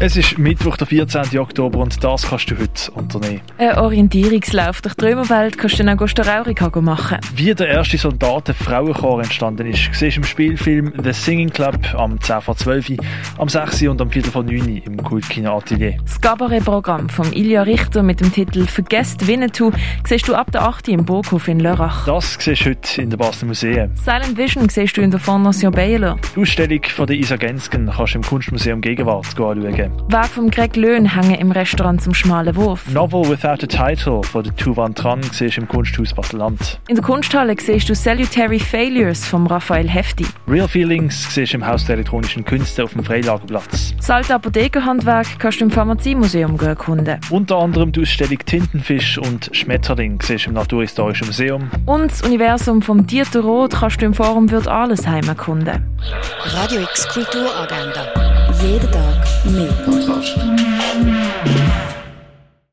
Es ist Mittwoch, der 14. Oktober und das kannst du heute unternehmen. Ein Orientierungslauf durch die Römerwelt kannst du in Augusta Raurica machen. Wie der erste Soldaten-Frauenchor entstanden ist, siehst du im Spielfilm The Singing Club am 10 vor 12, am 6 und am 4 vor 9 im Kultkino Atelier. Das Gabaret-Programm von Ilja Richter mit dem Titel «Vergesst Winnetou» siehst du ab der 8. im Burghof in Lörrach. Das siehst du heute in den Basler Museen. Silent Vision siehst du in der Fondation Baylor. Die Ausstellung von der Isa Gensken kannst du im Kunstmuseum Gegenwart anschauen. Werk von Greg Löhn hängen im Restaurant zum Schmalen Wurf. Novel Without a Title von der Tuvan Tran siehst du im Kunsthaus Baselland. In der Kunsthalle siehst du Salutary Failures von Raphael Hefti. Real Feelings siehst du im Haus der elektronischen Künste auf dem Freilagerplatz. Das alte Apothekerhandwerk kannst du im Pharmaziemuseum erkunden. Unter anderem die Ausstellung Tintenfisch und Schmetterling siehst du im Naturhistorischen Museum. Und das Universum vom Dieter Roth kannst du im Forum Wirt Allesheim erkunden. Radio X Kulturagenda. Jeden Tag mehr. Kontrast.